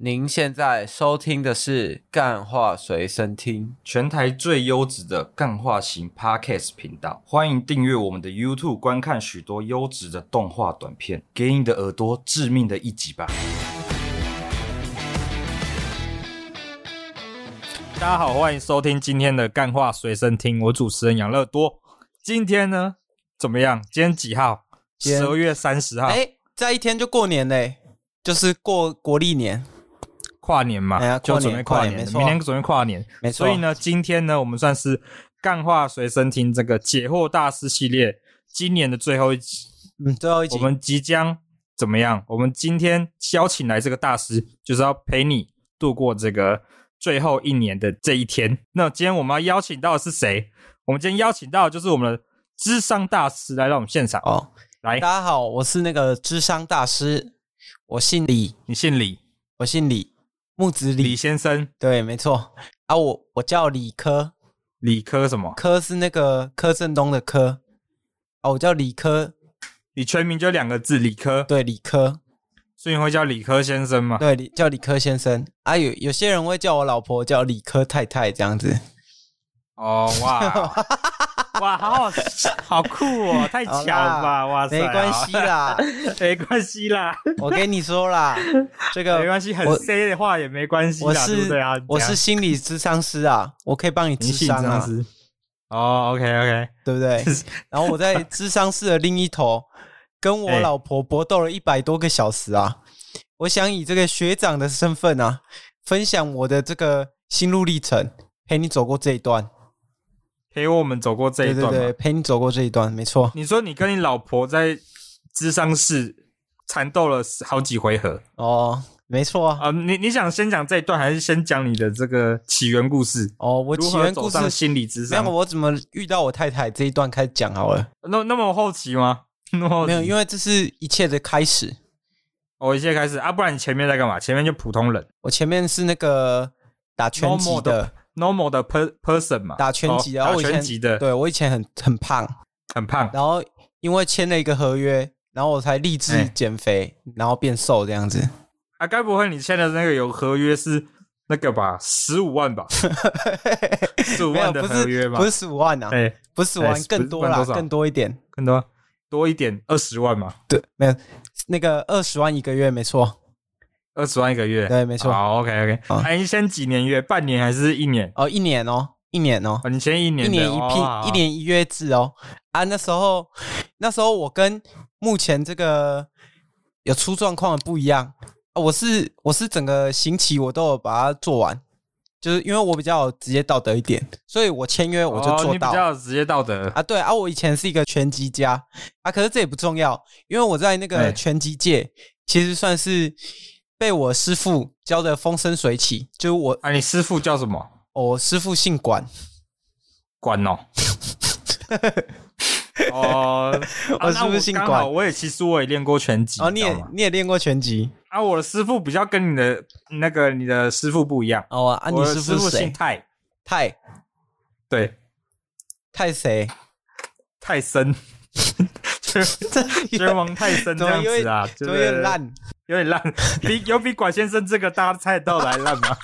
您现在收听的是《干话随身听全台最优质的干化型 Podcast 频道，欢迎订阅我们的 YouTube，观看许多优质的动画短片，给你的耳朵致命的一击吧！大家好，欢迎收听今天的干话随身听，我主持人养乐多。今天呢，怎么样？今天几号？今天十二月三十》。号，哎，再一天就过年嘞，就是过国历年，跨年嘛，哎呀就跨年准备跨跨年没错明天准备跨年，没错所以呢，今天呢，我们算是干话随身听这个解惑大师系列今年的最后一集，嗯，最后一我集，们即将怎么样？我们今天邀请来这个大师，就是要陪你度过这个最后一年的这一天。那今天我们要邀请到的是谁？我们今天邀请到的就是我们的智商大师来到我们现场。哦，来大，家好，我是那个智商大师，我姓李，你姓李，我姓李，木子李李，先生，对，没错啊，我我叫李科，理科什么？科是那个柯震东的科，哦，我叫李科，你全名就两个字，理科，对，李科，所以你会叫理科先生嘛？对，李叫李科先生啊，有有些人会叫我老婆叫李科太太这样子，哦， 哇，哇，好好好酷哦，太巧了吧，哇塞，啊没关系啦，好，没关系啦，我跟你说啦，这 个没关系，很我 C 的话也没关系我啦，对是不对啊？我这样是心理咨商师啊，我可以帮你你咨信商这样啊，子。哦，OK OK，对不 对？然后我在咨商室的另一头跟我哎老婆搏斗了一百多个小时啊，我想以这个学长的身份啊，分享我的这个心路历程，陪你走过这一段，陪我们走过这一对对段嘛对，。陪你走过这一段，没错，你说你跟你老婆在智商室缠斗了好几回合哦，没错啊，啊？你你想先讲这一段，还是先讲你的这个起源故事？哦，我如起何源故走事上心理智没有，商？我怎么遇到我太太这一段开始讲好了，那那么好奇吗？ 那么好奇没有，因为这是一切的开始。我一切开始啊，不然你前面在干嘛？前面就普通人我前面是那个打拳击 Normal 的，normal 的 per person 嘛，打拳击的，然哦后我打以拳前击的，对我以前很很胖，很胖，然后因为签了一个合约，然后我才立志哎减肥，然后变瘦这样子。啊，该不会你签的那个有合约是那个吧？十五 万吧，十五没有，万不的合约是吧？不是十五万啊，哎、不是十五万哎，不更是多不然啦，多少更多一点。更多多一点，二十万嘛，对，没有那个二十万一个月，没错。二十万一个月。对没错哎啊好，OK OK。好哎、你先几年约？半年还是一年？哦，一年哦，一年哦，哦，你签一年一的，年一哦聘，好好一年一月制哦。啊，那时候那时候我跟目前这个有出状况的不一样啊，我是我是整个刑期我都有把它做完，就是因为我比较有职业道德一点，所以我签约我就哦、做你到。比较有职业道德。啊，对啊，我以前是一个拳击家啊，可是这也不重要，因为我在那个哎拳击界其实算是被我师傅教的风生水起，就是我啊，你师傅叫什么？我师傅姓管，管 哦。哦，啊我那是不是姓刚管好我也其实我也练过拳击，哦，你知道也吗你也练过拳击啊，我的师傅比较跟你的那个你的师傅不一样。哦啊，你我的师师傅是谁姓？泰，泰对，泰谁？泰森，拳王泰森怎这么样有点子啊，怎就么是 有点烂？有点烂，比有比管先生这个大家猜得到来烂吗？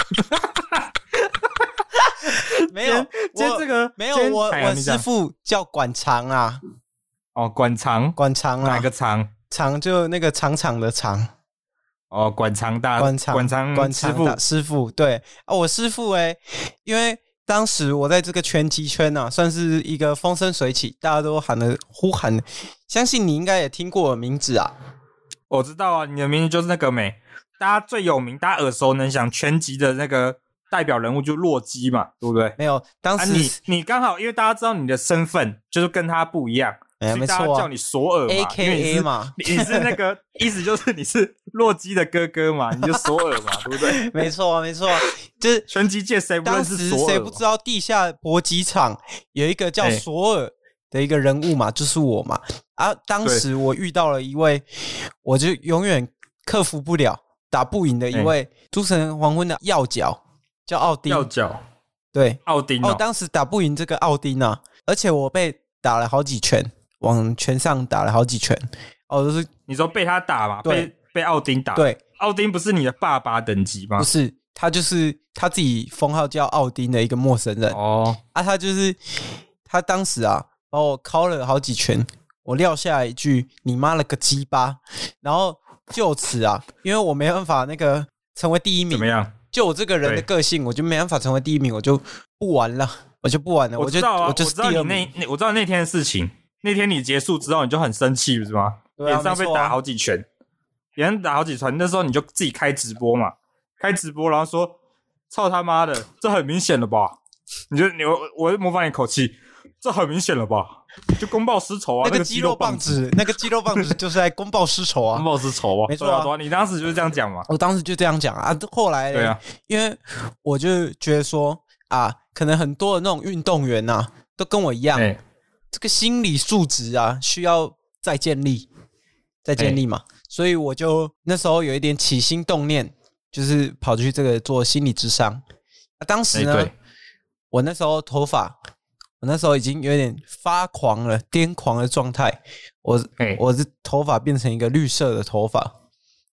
没有，今天我这个没有今天我哎呀我你师讲傅叫管长啊，哦，管长管长啊，哪个长？长就那个长长的长。哦，管长大官场管长官师场傅大师傅，对啊，我师傅哎、因为当时我在这个拳击圈啊，算是一个风生水起，大家都喊的呼喊，相信你应该也听过我的名字啊，我知道啊，你的名字就是那个美，大家最有名、大家耳熟能详拳击的那个代表人物就洛基嘛，对不对？没有，当啊，时、你你刚好因为大家知道你的身份就是跟他不一样，哎呀所没以错大啊家叫你索尔嘛 A 因 K 为你 A 是嘛，你你是那个 意思就是你是洛基的哥哥嘛，你就索尔嘛，对不对？没错啊，没错啊，就是拳击界谁不当认识时索尔嘛？哦谁不知道地下搏击场有一个叫哎索尔的一个人物嘛，就是我嘛。啊，当对时我遇到了一位，我就永远克服不了、打不赢的一哎位诸神黄昏的要角，叫奥丁。要角对，奥丁哦哦，，当时打不赢这个奥丁啊，而且我被打了好几拳，往拳上打了好几拳。哦，就是你说被他打嘛？对被被奥丁打。，对，奥丁不是你的爸爸等级吗不？是他就是他自己封号叫奥丁的一个陌生人哦，啊，他就是他当时啊把我敲了好几拳，我撂下来一句“你妈了个鸡巴”，然后就此啊，因为我没办法那个成为第一名怎么，样？就我这个人的对个性，我就没办法成为第一名，我就不玩了，我就不玩了，我就知道啊，我我就是知第道你二那名，那我知道那天的事情。那天你结束之后，你就很生气，不是吗？对啊脸上被没错啊打好几拳，脸上打好几拳。那时候你就自己开直播嘛，开直播然后说：“操他妈的，这很明显了吧？”你就你我我模仿你口气，这很明显了吧？就公报私仇啊，那那个个肌肌肉棒棒子，那个肌肉棒子就是在公报私仇啊 公。报私仇啊，没错对啊啊，对啊你当时就是这样讲嘛。我当时就这样讲啊，后来嘞对啊，因为我就觉得说啊，可能很多的那种运动员呐、都跟我一样，哎，这个心理素质啊，需要再建立，再建立嘛。所以我就那时候有一点起心动念，就是跑去这个做心理智商。啊、当时哎呢，对，我那时候头发，我那时候已经有点发狂了，癫狂的状态。我哎，我的头发变成一个绿色的头发，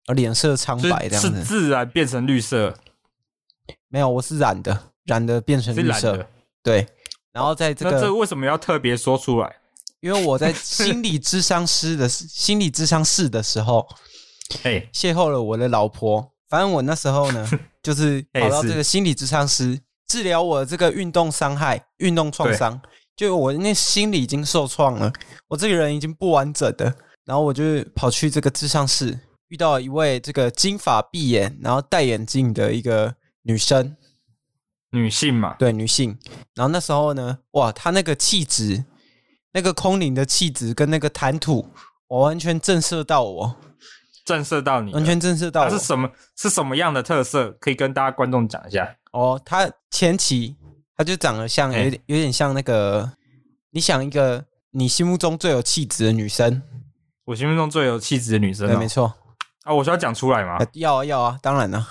而脸色苍就白这是样是子。自然变成绿色，没有，我是染的，染的变成是绿蓝色。的。对，然后在这那这个，为什么要特别说出来？因为我在心理智商师的心理智商室的时候，哎，邂逅了我的老婆。反正我那时候 呢，就是哎跑到是这个心理智商师治疗我这个运动伤害、运动创对伤，就我那心理已经受创了，我这个人已经不完整的。然后我就跑去这个智商室，遇到一位这个金发碧眼，然后戴眼镜的一个女生。女性嘛，对女性。然后那时候呢，哇，她那个气质，那个空灵的气质跟那个谈吐，我完全震慑到我，震慑到你了，完全震慑到它我是。什么是什么样的特色？可以跟大家观众讲一下。哦，她前期她就长得像哎有点有点像那个，你想一个你心目中最有气质的女生，我心目中最有气质的女生、对，哦没，错，啊，我需要讲出来吗呃？要啊要啊，当然了，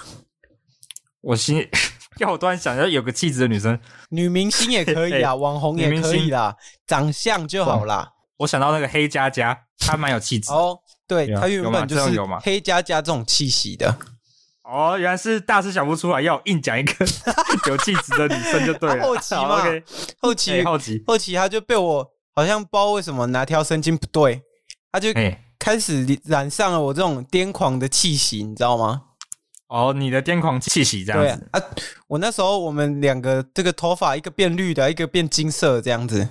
我心， 要我突然想要有个气质的女生，女明星也可以啊，网红女也明可以星啦，长相就好啦。我想到那个黑佳佳，她蛮有气质。哦哦，对，有啊她原有吗本就这种是有吗黑加加这种气息的。哦原来是大师想不出来，要我硬讲 一个有气质的女生就对了。好奇嘛好，OK，后期哎好奇，后期他就被我好像不知道为什么哪条神经不对，他就哎，开始染上了我这种癫狂的气息，你知道吗？哦，你的癫狂气息这对样啊子，，啊我那时候我们两个这个头发一个变绿的，一个变金色这样子，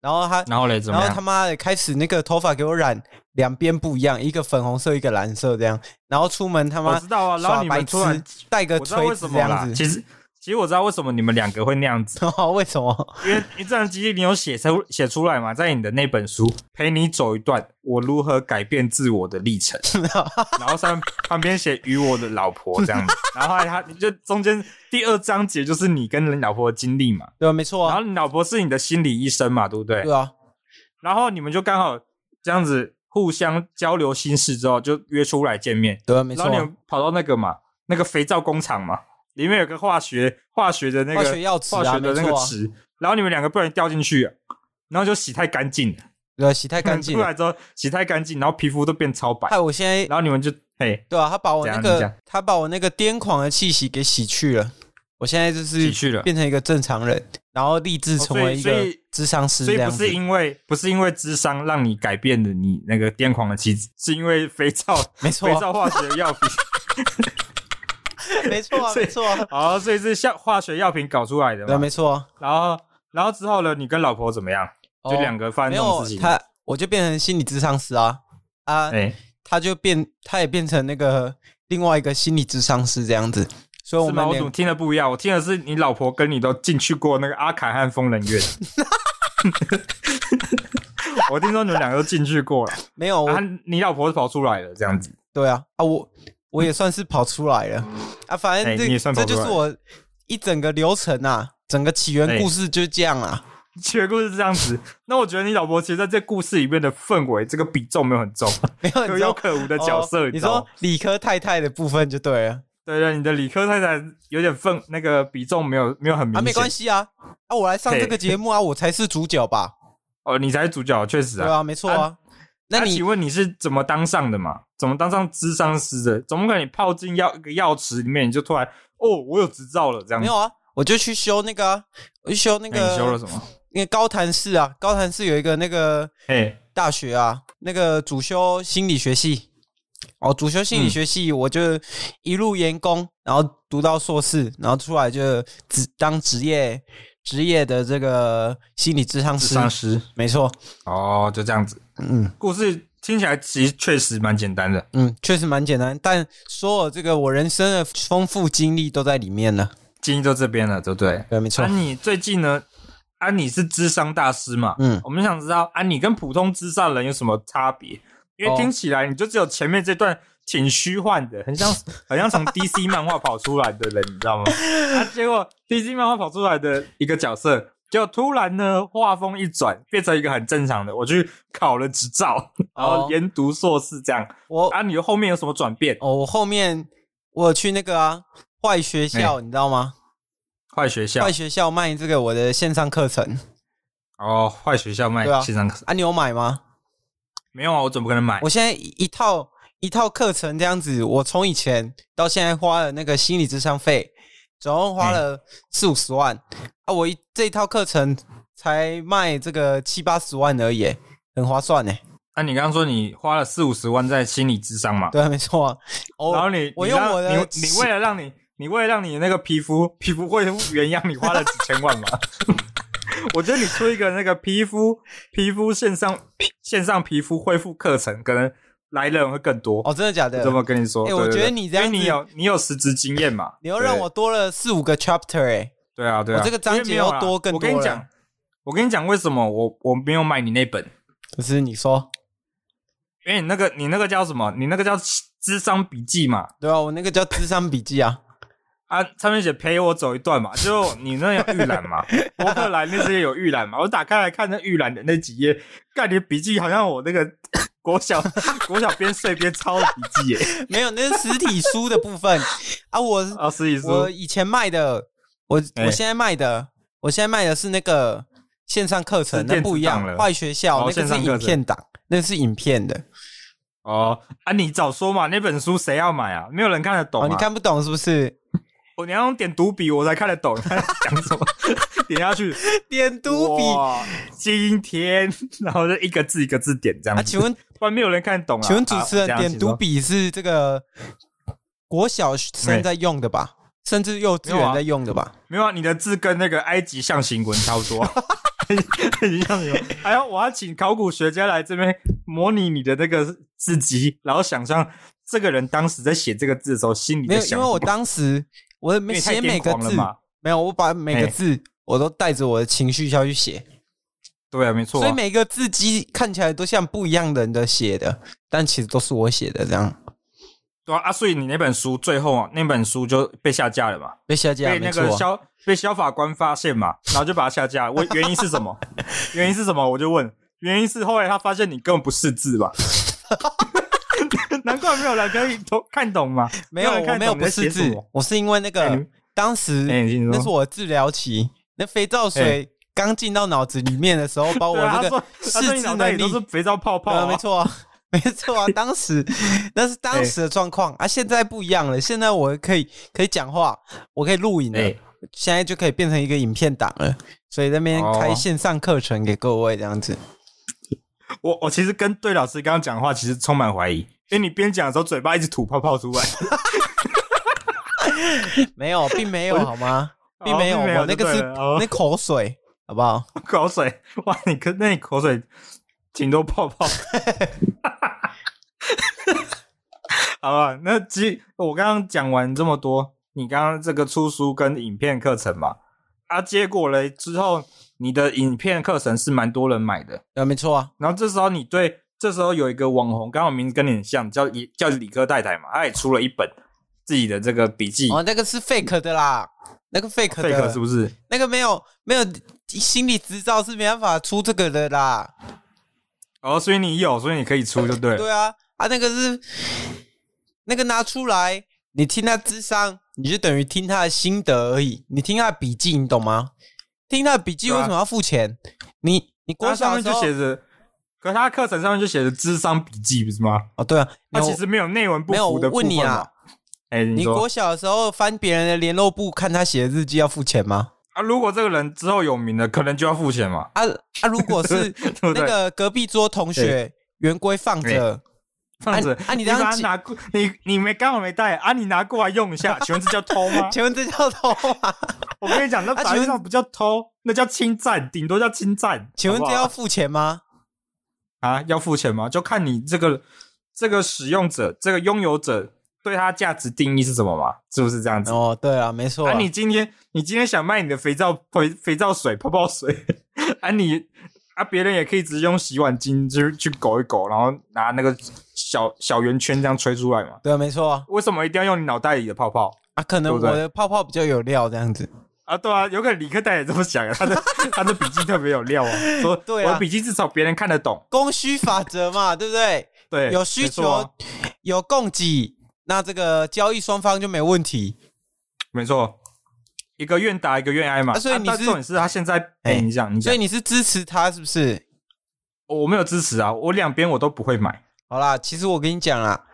然后他，然后嘞怎然么后他样？妈的开始那个头发给我染两边不一样，一个粉红色，一个蓝色这样，然后出门他我妈知道啊，然后耍你白们痴突然，带个我知道为锤什子么这啦样。子， 哦其实，其实我知道为什么你们两个会那样子。为什么？因为你这样记忆你有写出写出来嘛，在你的那本书《陪你走一段：我如何改变自我的 历程》，然后上旁边写与我的老婆这 样子，然后后来他你就中间第二章节就是你跟你老婆的经历嘛，对啊，没错然啊后，你老婆是你的心理医生嘛，对不对？对啊，然后你们就刚好这样子互相交流心事之后，就约出来见面，对啊，没错然后你啊，们跑到那个嘛，那个肥皂工厂嘛，里面有个化学化学的那个化学药池啊化学的那没个错啊池，然后你们两个不小心掉进去，然后就洗太干净了，对啊，洗太干净 出了，来之后洗太干净，然后皮肤都变超白，害我现在然后你们就嘿对啊，他把我那怎样你讲个他把我那个癫狂的气息给洗去了，我现在就是洗去了变成一个正常人，然后立志哦成所以为一所个以智商师所这以不样子是。因为不是因为智商让你改变了你那个癫狂的气质，是因为肥皂没错肥啊，皂化学 药品，没错啊，所以没错啊，哦，所以是像化学药品搞出来的对，嘛。没错啊。然后然后之后呢，你跟老婆怎么样？就哦两个发生没这种有事情，他，我就变成心理智商师啊啊，哎。他就变，他也变成那个另外一个心理智商师这样子，所以我是吗？们我怎么两听的不一样？我听的是你老婆跟你都进去过那个阿卡汉疯人 院。我听说你们两个都进去过了，没有啊我，，你老婆跑出来了，这样子。对啊啊我我也算是跑出来了啊，反正哎这你也算这跑就出来是我一整个流程啊，整个起源哎故事就这样啊。全部是这样子，那我觉得你老婆其实在这故事里面的氛围，这个比重没有很 重，没有，可你有说可无的角色，哦你知道说吗？理科太太的部分就对了对对，你的理科太太有点氛，那个比重没有没有很明啊，显。没关系啊， 啊，我来上这个节目啊，我才是主角吧？哦，你才是主角，确实对啊。啊，没错啊，那你请问你是怎么当上的嘛？怎么当上智商师的？怎么可能你泡进药一个药池里面，你就突然哦，我有执照了这样没子？有啊？我就去修那个、啊，我去修那那个，你修了什 么？那个高潭市啊，高潭市有一个那个哎，大学啊，那个主修心理学系。哦，主修心理学系，嗯我就一路研工，然后读到硕士，然后出来就职当职业职业的这个心理智商智师，商师没错。哦，就这样子。嗯故事听起来其实确实蛮简单的。嗯，确实蛮简单，但所有这个我人生的丰富经历都在里面了。建议就这边了，对不对？对，没错。安妮最近呢，安妮是智商大师嘛？嗯我们想知道安妮跟普通智商人有什么差别？因为哦听起来你就只有前面这段挺虚幻的， 很像很像从 DC 漫画跑出来的人，你知道吗？啊，结果 DC 漫画跑出来的一个角色，就突然呢画风一转，变成一个很正常的，我去考了执照，然后研读硕士这样。我安妮后面有什么转变？啊哦，我后面我有去那个啊坏学哎校，你知道吗？坏学校坏学校卖这个我的线上课程哦，坏学校卖对啊线上课程啊，你有买吗？没有啊？我怎么可能买？我现在一一套一套课程这样子，我从以前到现在花了那个心理智商费，总共花哎了四五十万、啊！我一这一套课程才卖这个七八十万而已，很划算呢。那、啊你刚刚说你花了四五十万在心理智商嘛？对啊，没错、啊。然哦后，你我你用让我的你你为了让你你为了让你那个皮肤皮肤恢复原样，你花了几千万嘛？ 我觉得你出一个那个皮肤皮肤线上皮线上皮肤恢复课程，可能来的人会更多。哦，真的假的我？这么跟你说？哎对我对觉得对你这样因为你子有你有实质经验嘛？你要对让我多了四五个 chapter 哎、对啊对啊，我这个因为章节没有要啦多更我跟你多了讲，我跟你讲为什么我我没有买你那本，不是你说因为你那个你那个叫什么？你那个叫智商笔记嘛？对啊，我那个叫智商笔记啊。 啊，上面写陪我走一段嘛，就你那有预览 嘛，博客来那些有预览嘛，我打开来看那预览的那几页，感觉笔记好像我那个国小 国小边睡边抄的笔记 耶。没有，那是实体书的部分啊。我啊，所以说我以前卖的，我哎我现在卖的，我现在卖的是那个线上课程是，那电子不一样档。了坏学校、哦那个线上是课影程片档，那个是影片的。哦，啊，你早说嘛，那本书谁要买啊？没有人看得懂、哦，啊哦你，看不懂是不是？ 我你要用点读笔我才看得懂，他在讲什么？ 点下去，点读笔哇，今天，然后就一个字一个字点这样啊？子，请问不然没有人看得懂啊。请问主啊持人这，样点请读说笔是这个国小生在用的吧？甚至幼稚没有园啊在用的吧？没有啊，你的字跟那个埃及象形文差不 多。埃及象形文，还要我要请考古学家来这边模拟你的那个字迹，然后想象这个人当时在写这个字的时候心里没在有，想什因么。为我当时我因为你太写每癫个狂了字，嘛。没有，我把每个哎字我都带着我的情绪下去写。对啊，没错、所以啊。每个字迹看起来都像不一样的人的写的，但其实都是我写的，这样对啊啊，所以你那本书最后啊，那本书就被下架了嘛，被下架被没那错个。消被消法官发现嘛，然后就把它下架了。我原因是什么？原因是什么？我就问，原因是后来他发现你根本不识字吧？ 难怪没有人可以懂看懂嘛。没有，没有人我看没有懂不你在识写什字么，我是因为那哎个你当时哎你先说哎那是我治疗期，那肥皂水刚进到脑子里面的时 候，把我对啊，那他个说他说视你知脑袋能里力都是肥皂泡泡、对啊，啊，哎没。错啊，没错啊，当时那是当时的状况、啊，现在不一样了。现在我可以可以讲话，我可以录影了，哎现在就可以变成一个影片档了。所以那边哦开线上课程给各位这样 子。我我其实跟对老师刚刚讲话，其实充满怀疑，因为你边讲的时候嘴巴一直吐泡泡出来，没有，并没有，好吗？ 并没有，并没有我那就个对是了哦那口水，好不好？口水，哇，你跟那你口水挺多泡泡。好了，那其我刚刚讲完这么多，你刚刚这个出书跟影片课程嘛，啊，结果嘞之后，你的影片课程是蛮多人买的，啊，没错啊，然后这时候你对，这时候有一个网红，刚好名字跟你很像，叫也叫理科太太嘛，她也出了一本自己的这个笔记、哦，那个是 fake 的啦，那个 fake 的哦 fake 是不是？那个没有没有心理执照是没办法出这个的啦。哦，所以你有，所以你可以出就对了。对啊，啊，那个是那个拿出来，你听他智商，你就等于听他的心得而已。你听他的笔记，你懂吗？听他的笔记对为啊什么要付钱？你你然国后小上的面时就候写着，可是他课程上面就写着智商笔记，不是吗？哦，对啊，他你其实没有内文不没有符的我问部你分啊嘛。哎，你你说国小的时候翻别人的联络簿，看他写的日记要付钱吗？啊，如果这个人之后有名了，可能就要付钱嘛，啊啊，如果是对 不那对？个隔壁桌同学圆规放着，放着啊啊你这样把它记拿过，你你没刚好没带啊，你拿过来用一下，请问这叫偷 吗？请问这叫偷吗？我跟你讲，那啊法请律问上不叫偷，那叫侵占，顶多叫侵占。 请问好这不好要付钱吗？啊，要付钱吗？就看你这个这个使用者、这个拥有者对它价值定义是什么嘛，是不是这样子？哦，对啊，没错啊啊，你今天你今天想卖你的肥皂肥肥皂水、泡泡水， 啊你啊别人也可以直接用洗碗巾就是去勾一勾，然后拿那个小小圆圈这样吹出来嘛。对啊，没错啊为什么一定要用你脑袋里的泡泡啊，可能对我不对的泡泡比较有料，这样子。啊？对啊，有可能理科蛋也这么想啊，他的 他的笔记特别有料啊，说 对啊我的笔记至少别人看得懂，供需法则 嘛，对不对？对，有需没错啊求，有供给，那这个交易双方就没问题。没错，一个愿打一个愿挨嘛。啊所以啊你但是重点是他现在，哎、哎你讲，你所讲以，你是支持他是不是？我没有支持啊，我两边我都不会买。好啦，其实我跟你讲啦，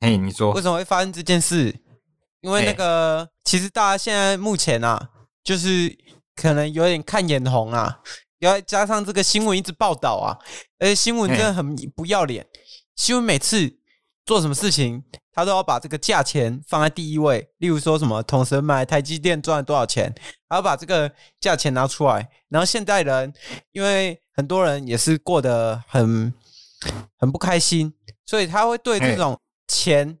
哎、你说为，什么会发生这件事？因为那个，其实大家现在目前啊，就是可能有点看眼红啊，要加上这个新闻一直报道啊，而且新闻真的很不要脸，新闻每次做什么事情，他都要把这个价钱放在第一位，例如说什么统神买台积电赚了多少钱，还要把这个价钱拿出来。然后现代人，因为很多人也是过得很很不开心，所以他会对这种钱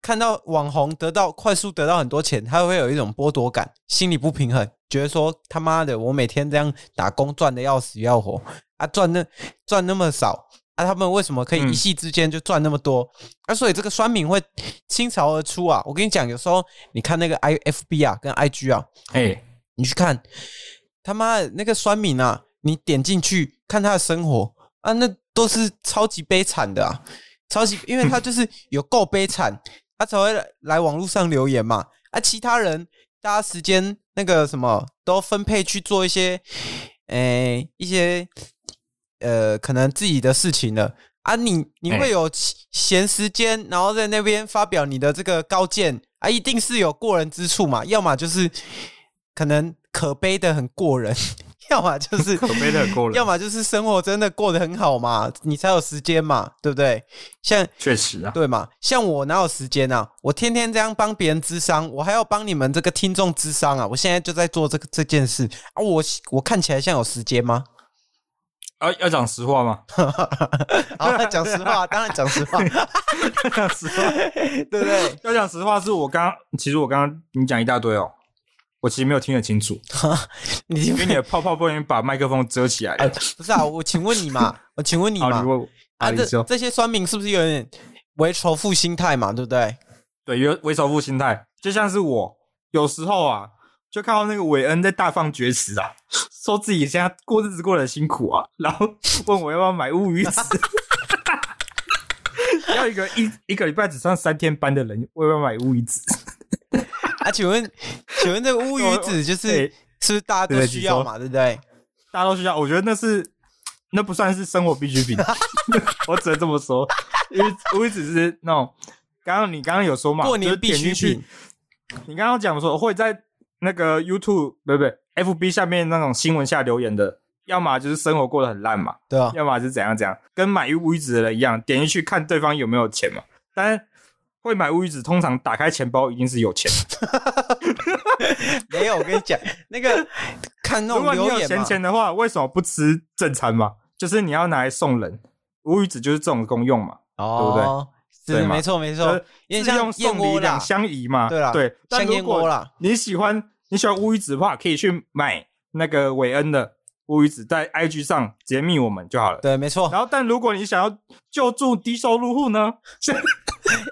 看到网红得到快速得到很多钱，他会有一种剥夺感，心里不平衡，觉得说他妈的，我每天这样打工赚的要死要活啊，赚那赚那么少。啊，他们为什么可以嗯一夕之间就赚那么多？啊，所以这个酸民会倾巢而出啊！我跟你讲，有时候你看那个 I F B 啊，跟 I G 啊，哎、你去看他妈的那个酸民啊，你点进去看他的生活啊，那都是超级悲惨的啊，超级，因为嗯他就是有够悲惨，他才会来来网络上留言嘛。啊，其他人大家时间那个什么都分配去做一些，诶、一些呃，可能自己的事情了。啊你，你哎会有闲闲时间，然后在那边发表你的这个高见啊，一定是有过人之处嘛，要么就是可能可悲的很过人， 要么就是可悲的 够要了，么就是生活真的过得很好嘛，你才有时间嘛，对不对？像确实啊，对嘛，像我哪有时间啊？我天天这样帮别人咨商，我还要帮你们这个听众咨商啊！我现在就在做这个这件事啊，我我看起来像有时间吗？啊要要讲实话吗？好，啊讲实话，当然讲实话， 要讲实话，对不对？ 要讲实话，是我刚刚，其实我刚刚你讲一大堆哦，我其实没有听得清楚，你因为你的泡泡不小心把麦克风遮起来了。 不是啊？我请问你嘛，我请问你啊，嘛你，问我啊，啊，你这说，这些酸民是不是有点为仇富心态嘛？对不对？对，有为首富心态，就像是我有时候啊，就看到那个韦恩在大放厥词啊，说自己现在过日子过得很辛苦啊，然后问我要不要买乌鱼子。 要一个一一个礼拜只上三天班的人，我要不要买乌鱼子？啊，请问，请问这个乌鱼子就 对是是不是大家都对需要嘛？对不对？大家都需要，我觉得那是那不算是生活必需 品，我只能这么说，因为乌鱼子是那种刚刚你刚刚有说嘛，过就年是必点需进去品，你刚刚讲说会在那个 YouTube 不不 FB 下面那种新闻下留言的，要么就是生活过得很烂嘛，对啊 吧？要么就是怎样怎样，跟买乌鱼子的人一样，点进去看对方有没有钱嘛。但是会买乌鱼子，通常打开钱包一定是有钱。没有，我跟你讲，那个 看那如种果你留有言闲嘛，钱的话，为什么不吃正餐嘛？就是你要拿来送人，乌鱼子就是这种功用嘛，哦，对不对是对嘛没错没就错是，有点自用像燕送窝礼啦两，相宜嘛。对啦对，但像如燕果窝啦，你喜欢你喜欢乌鱼子的话，可以去买那个韦恩的乌鱼子，在 IG 上直接密我们就好了。对，没错。然后，但如果你想要救助低收入户呢，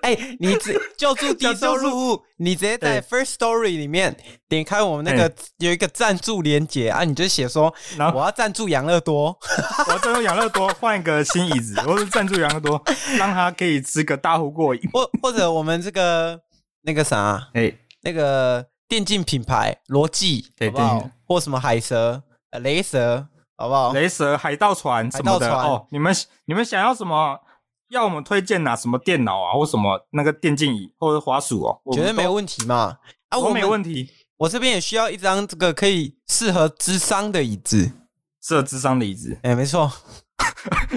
哎，你只救 助低收入户，你直接在 First Story 里面点开我们那个有一个赞助连接啊，你就写说然后我要赞助养乐多，我要赞助养乐多换一个新椅子，或是赞助养乐多，让他可以吃个大 户过瘾。或或者我们这个那个啥哎，那个电竞品牌罗技，对好不好电竞或什么海蛇、呃雷蛇好不好？雷蛇、海盗船什么的海盗船哦。你们你们想要什么？要我们推荐哪什么电脑啊，或什么那个电竞椅或者滑鼠哦？我们绝对都没有问题嘛。啊，我我没们问题。我这边也需要一张这个可以适合智商的椅子。这智商的椅子哎、没错，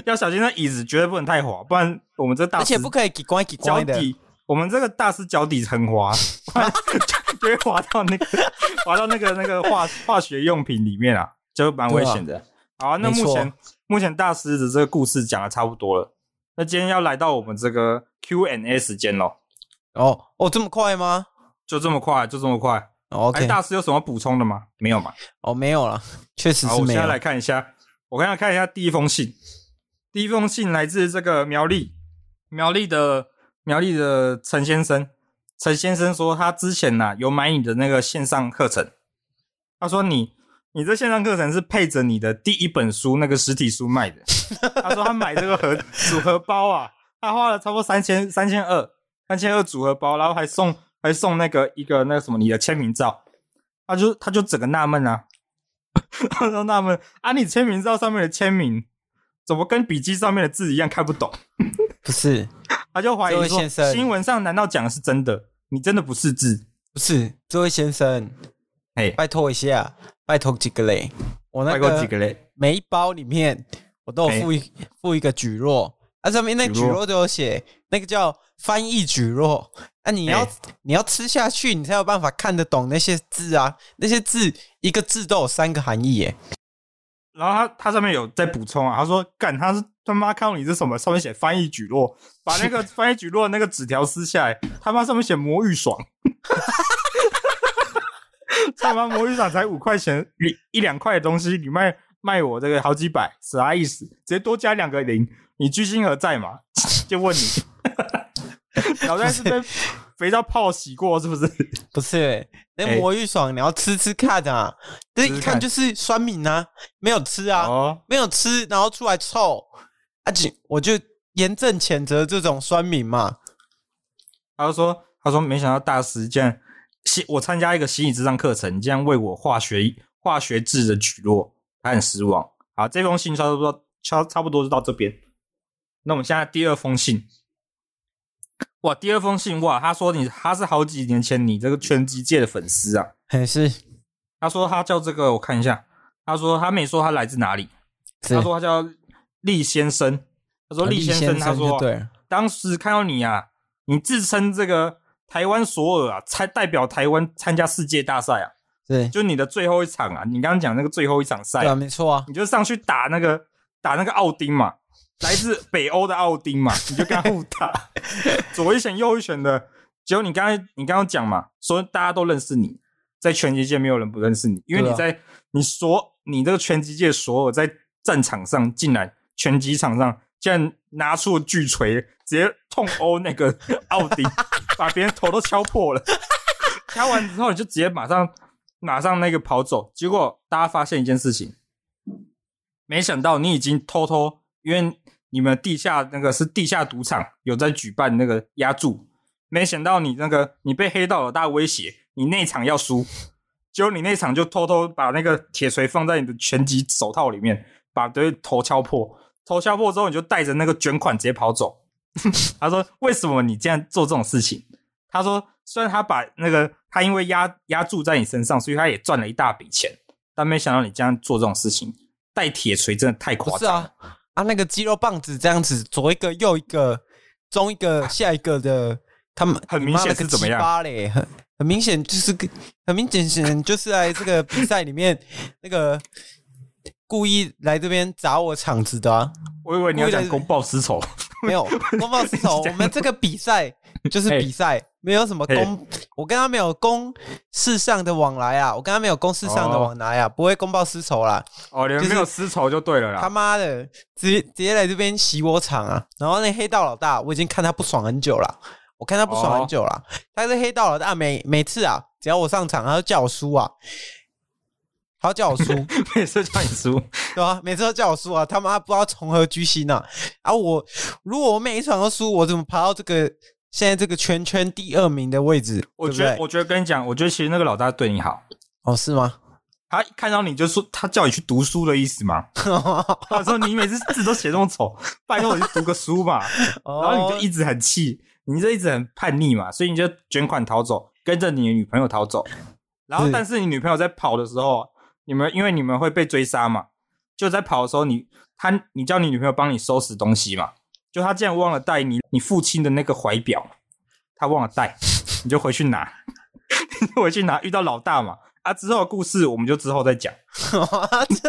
要小心，那椅子绝对不能太滑，不然我们这大而师且不可以给关给脚关的。底，我们这个大师脚底很滑，不然就会滑到那个 滑到那个那个化化学用品里面啊，就蛮危险的。好啊、那没错目前目前大师的这个故事讲的差不多了，那今天要来到我们这个 Q&A 时间咯，哦哦，这么快吗、就这么快，就这么快。哦、哎、 ？OK，大师有什么补充的吗？没有嘛。哦，没有了，确实好，是我没现有在。来看一下，我看看一下第一封信。第一封信来自这个苗栗，苗栗的苗栗的陈先生，陈先生说他之前呐、有买你的那个线上课程，他说你你这线上课程是配着你的第一本书那个实体书卖的，他说他买这 个盒组合包啊，他花了差不多三千三千二三千二组合包，然后还送还送那个一个那个什么你的签名照，他就他就整个纳闷啊，他 说纳闷啊，你签名照上面的签名怎么跟笔记上面的字一样看不懂？不是，他就怀这疑位说，先生新闻上难道讲的是真的？你真的不是字？不是，这位先生，嘿，拜托一下，拜托几个嘞？我那拜过几个个嘞？每一包里面我都有附一附一个举弱，啊，上面那个哎蒟举蒻弱都有写，那个叫翻译举弱。啊，你要哎你要吃下去，你才有办法看得懂那些字啊，那些字一个字都有三个含义耶。然后他他上面有在补充啊，他说干他是他妈看到你是什么，上面写翻译举落，把那个翻译举落的那个纸条撕下来，他妈上面写魔芋爽， 他妈魔芋爽才五块钱一一两块的东西，你卖卖我这个好几百，啥意思？直接多加两个零，你居心何在嘛？ 就问你， 脑袋是被 肥皂泡洗过是不是？不是，那哎魔芋爽你要吃吃看啊，这吃一吃看看就是酸敏啊，没有吃啊，哦，没有吃，然后出来臭，啊，就我就严正谴责这种酸民嘛。他就说：“他说没想到大师竟然心，我参加一个心理智商课程，竟然为我化学化学制的举落，他很失望。”好，这封信差不多差差不多就到这边。那我们现在第二封信，哇，第二封信哇，他说你他是好几年前你这个拳击界的粉丝啊。还是他说他叫这个，我看一下，他说他没说他来自哪里，是他说他叫厉先生，他说厉啊先生，他就说对了，当时看到你啊，你自称这个台湾索尔啊，参代表台湾参加世界大赛啊，是，就你的最后一场啊，你刚刚讲那个最后一场赛对啊、啊，没错啊，你就上去打那个打那个奥丁嘛，来自北欧的奥丁嘛，你就跟他互 打，左一拳右一拳的。结果你刚才你刚刚讲嘛，说大家都认识你，在拳击界没有人不认识你，因为对啊你在、你所你这个拳击界所有在战场上竟然拳击场上竟然拿出了巨锤，直接痛殴那个 奥丁，把别人头都敲 破了。敲完之后你就直接马上马上那个跑走，结果大家发现一件事情，没想到你已经偷偷，因为你们地下那个是地下赌场有在举办那个压注，没想到你那个你被黑道老大威胁，你那场要输，结果你那场就偷偷把那个铁锤放在你的拳击手套里面，把对头敲破，头敲破之后你就带着那个卷款直接跑走。 他说：“为什么你这样做这种事情？”他说：“虽然他把那个他因为压压注在你身上，所以他也赚了一大笔钱，但没想到你这样做这种事情，带铁锤真的太不夸是张。啊，啊，那个肌肉棒子这样子左一个右一个，中一 个下一个的，他们很明显是怎么样八嘞，很很明显就是个，很明显就是来这个比赛里面那个故意来这边砸我场子的、啊。我以为你要讲公报私仇，没有公报私仇，我们这个比赛就是比赛，没有什么公，我跟他没有公事上的往来啊，我跟他没有公事上的往来啊，不会公报私仇啦。哦，你们没有私仇就对了他啦。妈的，直接直接来这边洗我场啊！然后那黑道老大，我已经看他不爽很久了，我看他不爽很久哦了。他是黑道老大，每每次啊，只要我上场，他就叫我输啊，他要叫我 输，每次叫你输，对啊，每次都叫我输啊，他妈不知道从何居心啊！啊我，如果我每一场都输，我怎么爬到这个现在这个圈圈第二名的位置？我对不觉得，对我觉得跟你讲，我觉得其实那个老大对你好， 哦是吗？他一看到你就说他叫你去读书的意思嘛。 他说你每次字都写那么丑，拜托你去读个书嘛。然后你就一直很气，你就一直很叛逆嘛，所以你就卷款逃走，跟着你的女朋友逃走。然后，是但是你女朋友在跑的时候，你们因为你们会被追杀嘛，就在跑的时候你，他你叫你女朋友帮你收拾东西嘛，就他竟然忘了带你你父亲的那个怀表，他忘了带，你就回去拿， 你就回去拿，遇到老大嘛。啊，之后的故事我们就之后再讲。哦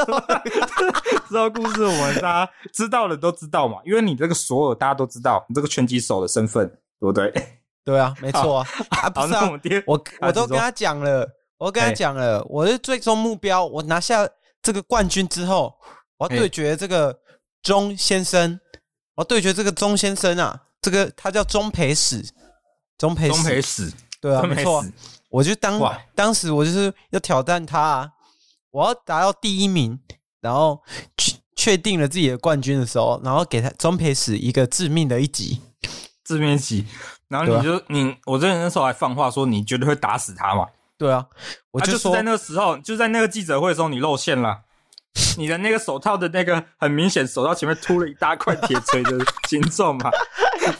之后故事我们大家知道的都知道嘛，因为你这个索尔大家都知道，你这个拳击手的身份，对不对？对啊，没错啊，啊不好，是那啊我，们第二我啊我都你说跟他讲了，我跟他哎讲了，我的最终目标，我拿下这个冠军之后，我要哎对决这个钟先生，我要对决这个钟先生啊，这个他叫钟培史，钟培钟培史，史，对啊，钟没培错啊史，，我就当哇当时我就是要挑战他啊，我要达到第一名，然后确确定了自己的冠军的时候，然后给他钟培史一个致命的一击，自面旗。然后你啊就、你，我这那时候还放话说你绝对会打死他嘛，对啊，我啊、就就是说、在那个时候，就在那个记者会的时候你露馅了。你的那个手套的那个很明显，手套前面凸了一大块铁锤的形状嘛，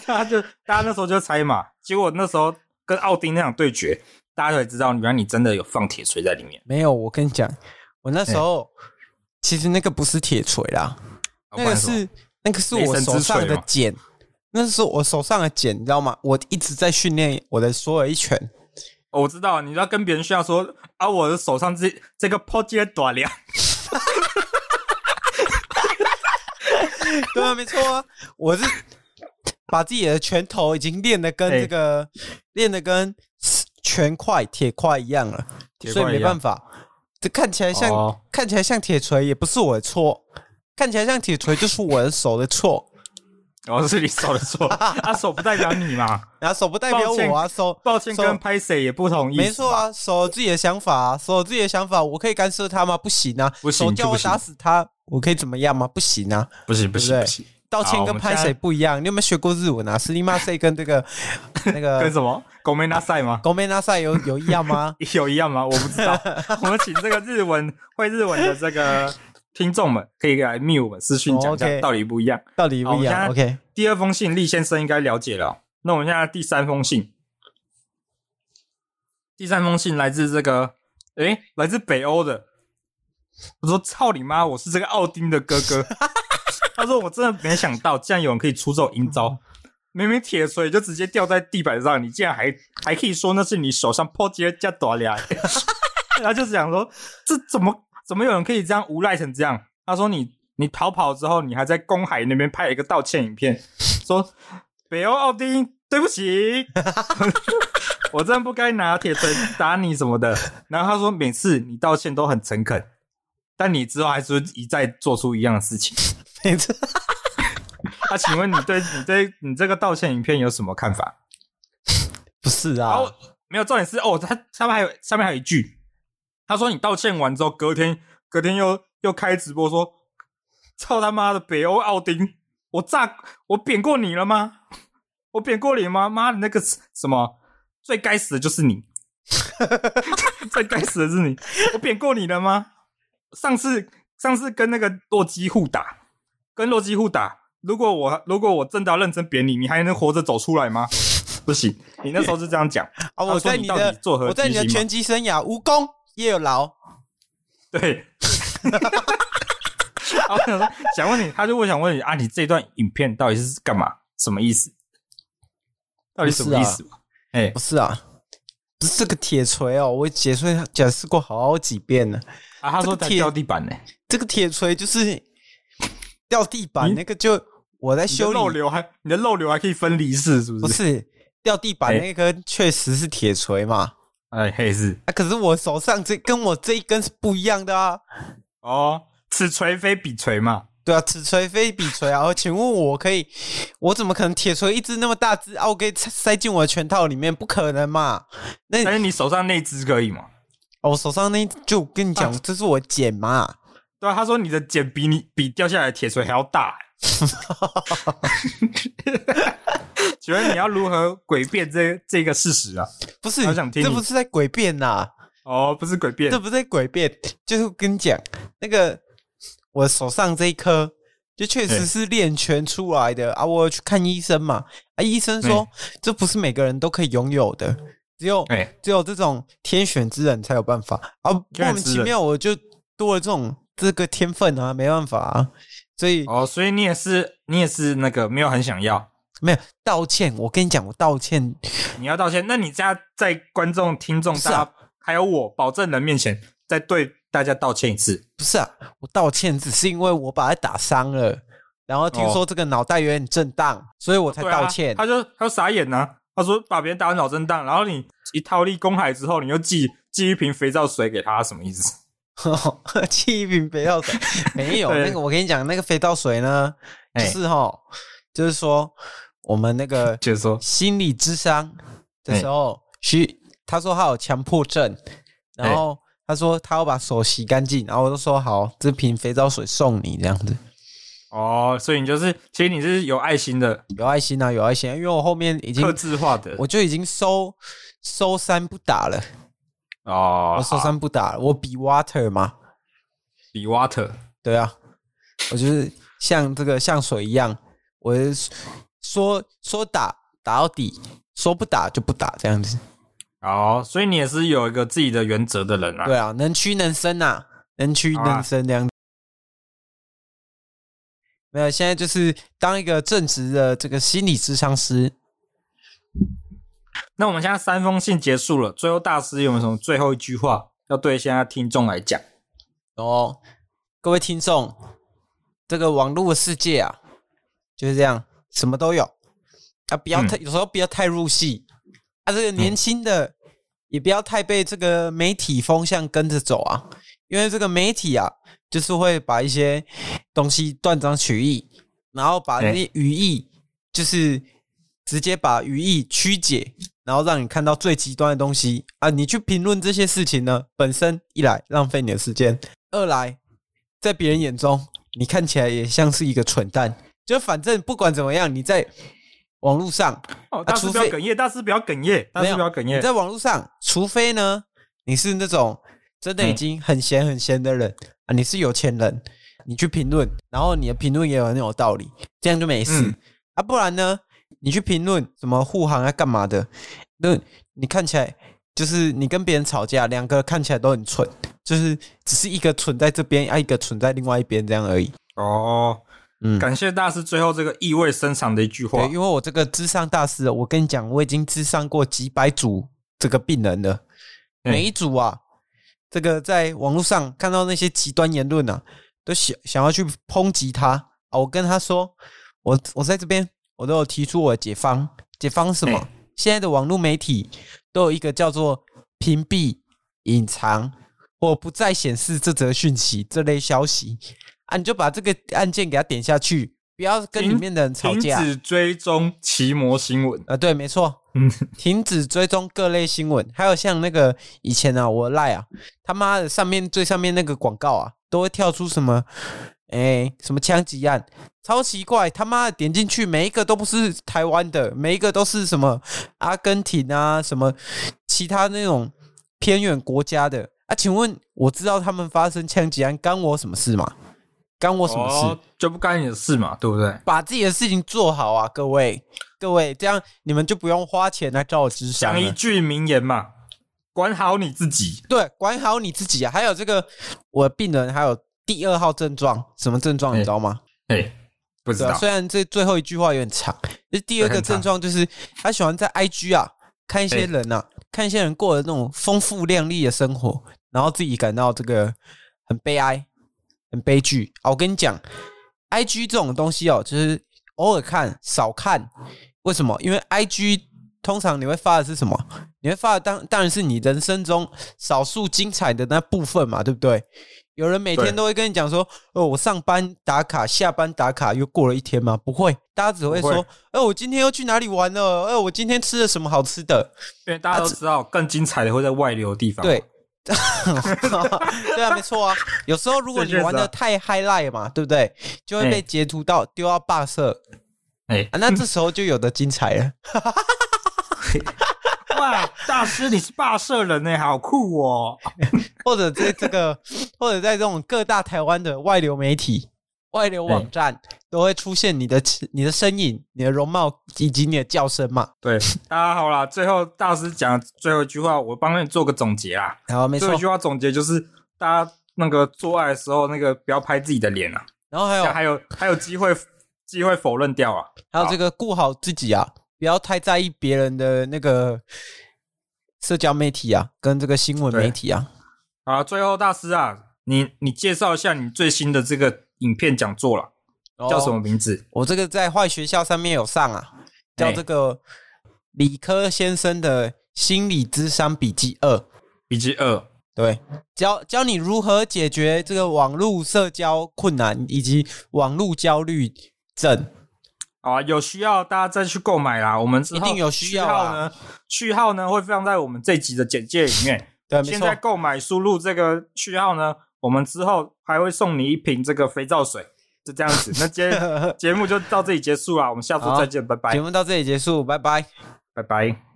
大家就大家那时候就猜嘛，结果那时候跟奥丁那场对决，大家才知道原来你真的有放铁锤在里面。没有，我跟你讲，我那时候、其实那个不是铁锤啦，那个哎哦不然什么是那个是雷我神手之上锤的嘛茧，那是我手上的茧，你知道吗？我一直在训练我的所有一拳， 哦我知道，你要跟别人炫耀说啊，我的手上这这个破戒短了，对啊，没错啊，我是把自己的拳头已经练得跟哎这个练得跟拳块、铁块一样了，铁所以块一没样办法，这看起来像、哦看起来像铁锤，也不是我的错，看起来像铁锤就是我的手的错。然哦后是你手的 错，啊，手不代表你嘛，然后手不代表抱歉我啊，手抱歉，手跟拍谁也不同意，没错，啊，守有自己的想法、啊，守有自己的想法，我可以干涉他吗？不行啊，不行手叫就不我行打死他，我可以怎么样吗？不行啊，不行不对行不对不行，道歉好我跟们拍现在谁不一样？你有没有学过日文啊？斯尼马塞跟这 个那跟个什么狗没拿赛吗？狗妹拉塞有有一样吗？有一样吗？我不知 道，我们请这个日文会日文的这个听众们可以来密我们私讯讲哦讲，OK 到底不一样。到底不一 好样我？OK， 第二封信，厉先生应该了解了哦。那我们现在第三封信，第三封信来自这个，诶，来自北欧的。我说：“操你妈！我是这个奥丁的哥哥。”他说：“我真的没想到，竟然有人可以出这种阴招。明明铁锤就直接掉在地板上，你竟然还还可以说那是你手上破结加多俩。”他就是想说，这怎么怎么有人可以这样无赖成这样？他说你你逃跑之后，你还在公海那边拍了一个道歉影片，说北欧奥丁对不起， 我真的不该拿铁锤打你什么的。然后他说每次你道歉都很诚恳，但你之后还是会一再做出一样的事情。每次那、请问你对你对你这个道歉影片有什么看法？不是然啊后，没有重点是哦，他下面还有下面还有一句，他说你道歉完之后，隔天隔天又又开直播说，操他妈的北欧奥丁，我炸我贬过你了吗？我贬过你吗？妈的那个什么最该死的就是你， 最该死的是你，我贬过你了吗？上次上次跟那个洛基互打，跟洛基互打，如果我如果我真的要认真贬你，你还能活着走出来吗？不行，你那时候就这样讲。啊，他我说在哦你到的底做何我在你的居心嘛拳击生涯无功也有劳，对。 然后我想说，想问你，他就会想问你啊，你这段影片到底是干嘛？什么意思？到底什么意思？哎、不是啊。不是这个铁锤哦，我解释解释过好几遍了。啊，他这说个他铁掉地板呢、这个铁锤就是掉地板，你那个就我在你的修理漏流还你的漏流还可以分离式，是不不是？是掉地板哎那根确实是铁锤嘛？哎，嘿是啊，可是我手上这跟我这一根是不一样的啊。哦，此锤非彼锤嘛。对啊，此锤非彼锤啊！哦请问我可以，我怎么可能铁锤一只那么大只啊？我可以塞塞进我的拳套里面？不可能嘛！那、但是你手上那只可以吗？哦我手上那就我跟你啊讲，这是我剪嘛。 对啊，他说你的茧比你比掉下来的铁锤还要大、欸 请问你要如何诡辩这这个事实啊？不是好想，听这你不是在诡辩呐、哦，不是诡辩这，不是诡辩，就是跟你讲，那个我手上这一颗，就确实对是练拳出来的啊。我有去看医生嘛，啊，医生说这不是每个人都可以拥有的，只有哎、只有这种天选之人才有办法啊。天选之人莫名其妙我就多了这种这个天分啊，没办法啊。所以哦，所以你也是，你也是那个没有很想要，没有道歉，我跟你讲，我道歉你要道歉。那你家在观众、听众、不是大啊家、还有我保证人面前，再对大家道歉一次。不是啊，我道歉只是因为我把他打伤了，然后听说这个脑袋有点震荡，所以我才哦对道歉啊、。他就他就傻眼呐、啊他说把别人打成脑震荡，然后你一套利公海之后，你又寄寄一瓶肥皂水给他，什么意思？ 气一瓶肥皂 水没有对那个，我跟你讲，那个肥皂水呢，就哎是哈，就是说我们那个就是说，心理智商的时候，徐他说他有强迫症，然哎后他说他要把手洗干净，然后我就说好，这瓶肥皂水送你这样子，哦，所以你就是其实你是有爱心的、有爱心啊，有爱心啊、因为我后面已经克制化的我就已经收收三不打了，哦。我收三不打了，我比 water 嘛，比 water 对啊，我就是像这个像水一样，我是说说打打到底，说不打就不打这样子，哦，所以你也是有一个自己的原则的人啊。对啊，能屈能伸呐、啊，能屈好啊能伸这样子。没有，现在就是当一个正直的这个心理智商师，那我们现在三封信结束了，最后大师有没有什么最后一句话要对现在听众来讲？哦，各位听众，这个网络的世界啊，就是这样，什么都有啊，不要太、有时候不要太入戏啊。这个年轻的、也不要太被这个媒体风向跟着走啊，因为这个媒体啊，就是会把一些东西断章取义，然后把那些语义，就是直接把语义曲解，然后让你看到最极端的东西啊。你去评论这些事情呢，本身一来浪费你的时间，二来在别人眼中你看起来也像是一个蠢蛋。就反正不管怎么样，你在网络上哦，大师不要哽咽，大师不要哽咽，大啊没师有不要哽你咽。在网络上，除非呢你是那种真的已经嗯很闲很闲的人、啊，你是有钱人，你去评论，然后你的评论也有很有道理，这样就没事、嗯啊。不然呢，你去评论什么护航啊干嘛的，那你看起来就是你跟别人吵架，两个看起来都很蠢，就是只是一个蠢在这边，啊一个蠢在另外一边这样而已。哦，嗯，感谢大师最后这个意味深长的一句话对，。因为我这个智商大师，我跟你讲，我已经智商过几百组这个病人了，嗯每一组啊，这个在网络上看到那些极端言论啊，都想想要去抨击他啊。我跟他说，我我在这边，我都有提出我的解方，解方是什么？嗯现在的网络媒体都有一个叫做屏蔽、隐藏或不再显示这则讯息这类消息啊，你就把这个按键给它点下去，不要跟里停面的人吵停架。止追踪奇摩新闻。呃，对，没错，嗯，停止追踪各类新闻，还有像那个以前啊，我赖啊，他妈的上面最上面那个广告啊，都会跳出什么，哎、什么枪击案，超奇怪，他妈的点进去每一个都不是台湾的，每一个都是什么阿根廷啊，什么其他那种偏远国家的啊，请问我知道他们发生枪击案干我什么事吗？干我什么事？哦、就不干你的事嘛，对不对？把自己的事情做好啊，各位各位，这样你们就不用花钱来找我智商讲一了。句名言嘛，管好你自己。对，管好你自己啊。还有这个，我的病人还有第二号症状，什么症状你哎知道吗？哎，不知对、啊，道，虽然这最后一句话有点长，这第二个症状就是他喜欢在 IG 啊看一些人哎啊，看一些人过的那种丰富亮丽的生活，然后自己感到这个很悲哀、很悲剧啊。我跟你讲，IG 这种东西哦，就是偶尔看、少看，为什么？因为 IG 通常你会发的是什么？你会发的当当然是你人生中少数精彩的那部分嘛，对不对？有人每天对都会跟你讲说，哦，我上班打卡，下班打卡，又过了一天吗？不会，大家只会不会说，哎、我今天又去哪里玩了？哎、我今天吃了什么好吃的？因为大家都知道，更精彩的会在外流的地方。啊对，， 对啊，没错啊。有时候如果这你确实玩的啊太 highlight 嘛，对不对？就会被哎截图到丢到霸啊社哎 啊，那这时候就有的精彩了。哇，大师你是霸社人呢、欸好酷哦！或者在这个， 或者在这种各大台湾的外流媒体、外流网站，哎都会出现你的你的身影、你的容貌以及你的叫声嘛。 对，大家好啦，最后大师讲最后一句话，我帮你做个总结啦。好，没最错后一。句话总结就是，大家那个做爱的时候，那个不要拍自己的脸啊，然后还这有样还有还有机会机会否认掉啊。还有这个顾好自己啊，不要太在意别人的那个社交媒体啊，跟这个新闻媒体啊。啊，最后大师啊，你你介绍一下你最新的这个影片讲座啦，叫什么哦？名字？我这个在坏学校上面有上啊，叫哎这个理科先生的心理智商笔记二。笔记二。对，教教你如何解决这个网络社交困难以及网络焦虑症。好啊，有需要大家再去购买啦。我们之后一定有需要啊序号呢，序号呢会放在我们这集的简介里面。对，没现错 在，购买输入这个序号呢，我们之后还会送你一瓶这个肥皂水，就这样子。那今 天节目就到这里结束啦，我们下周再见，拜拜节，目到这里结束，拜拜。拜拜。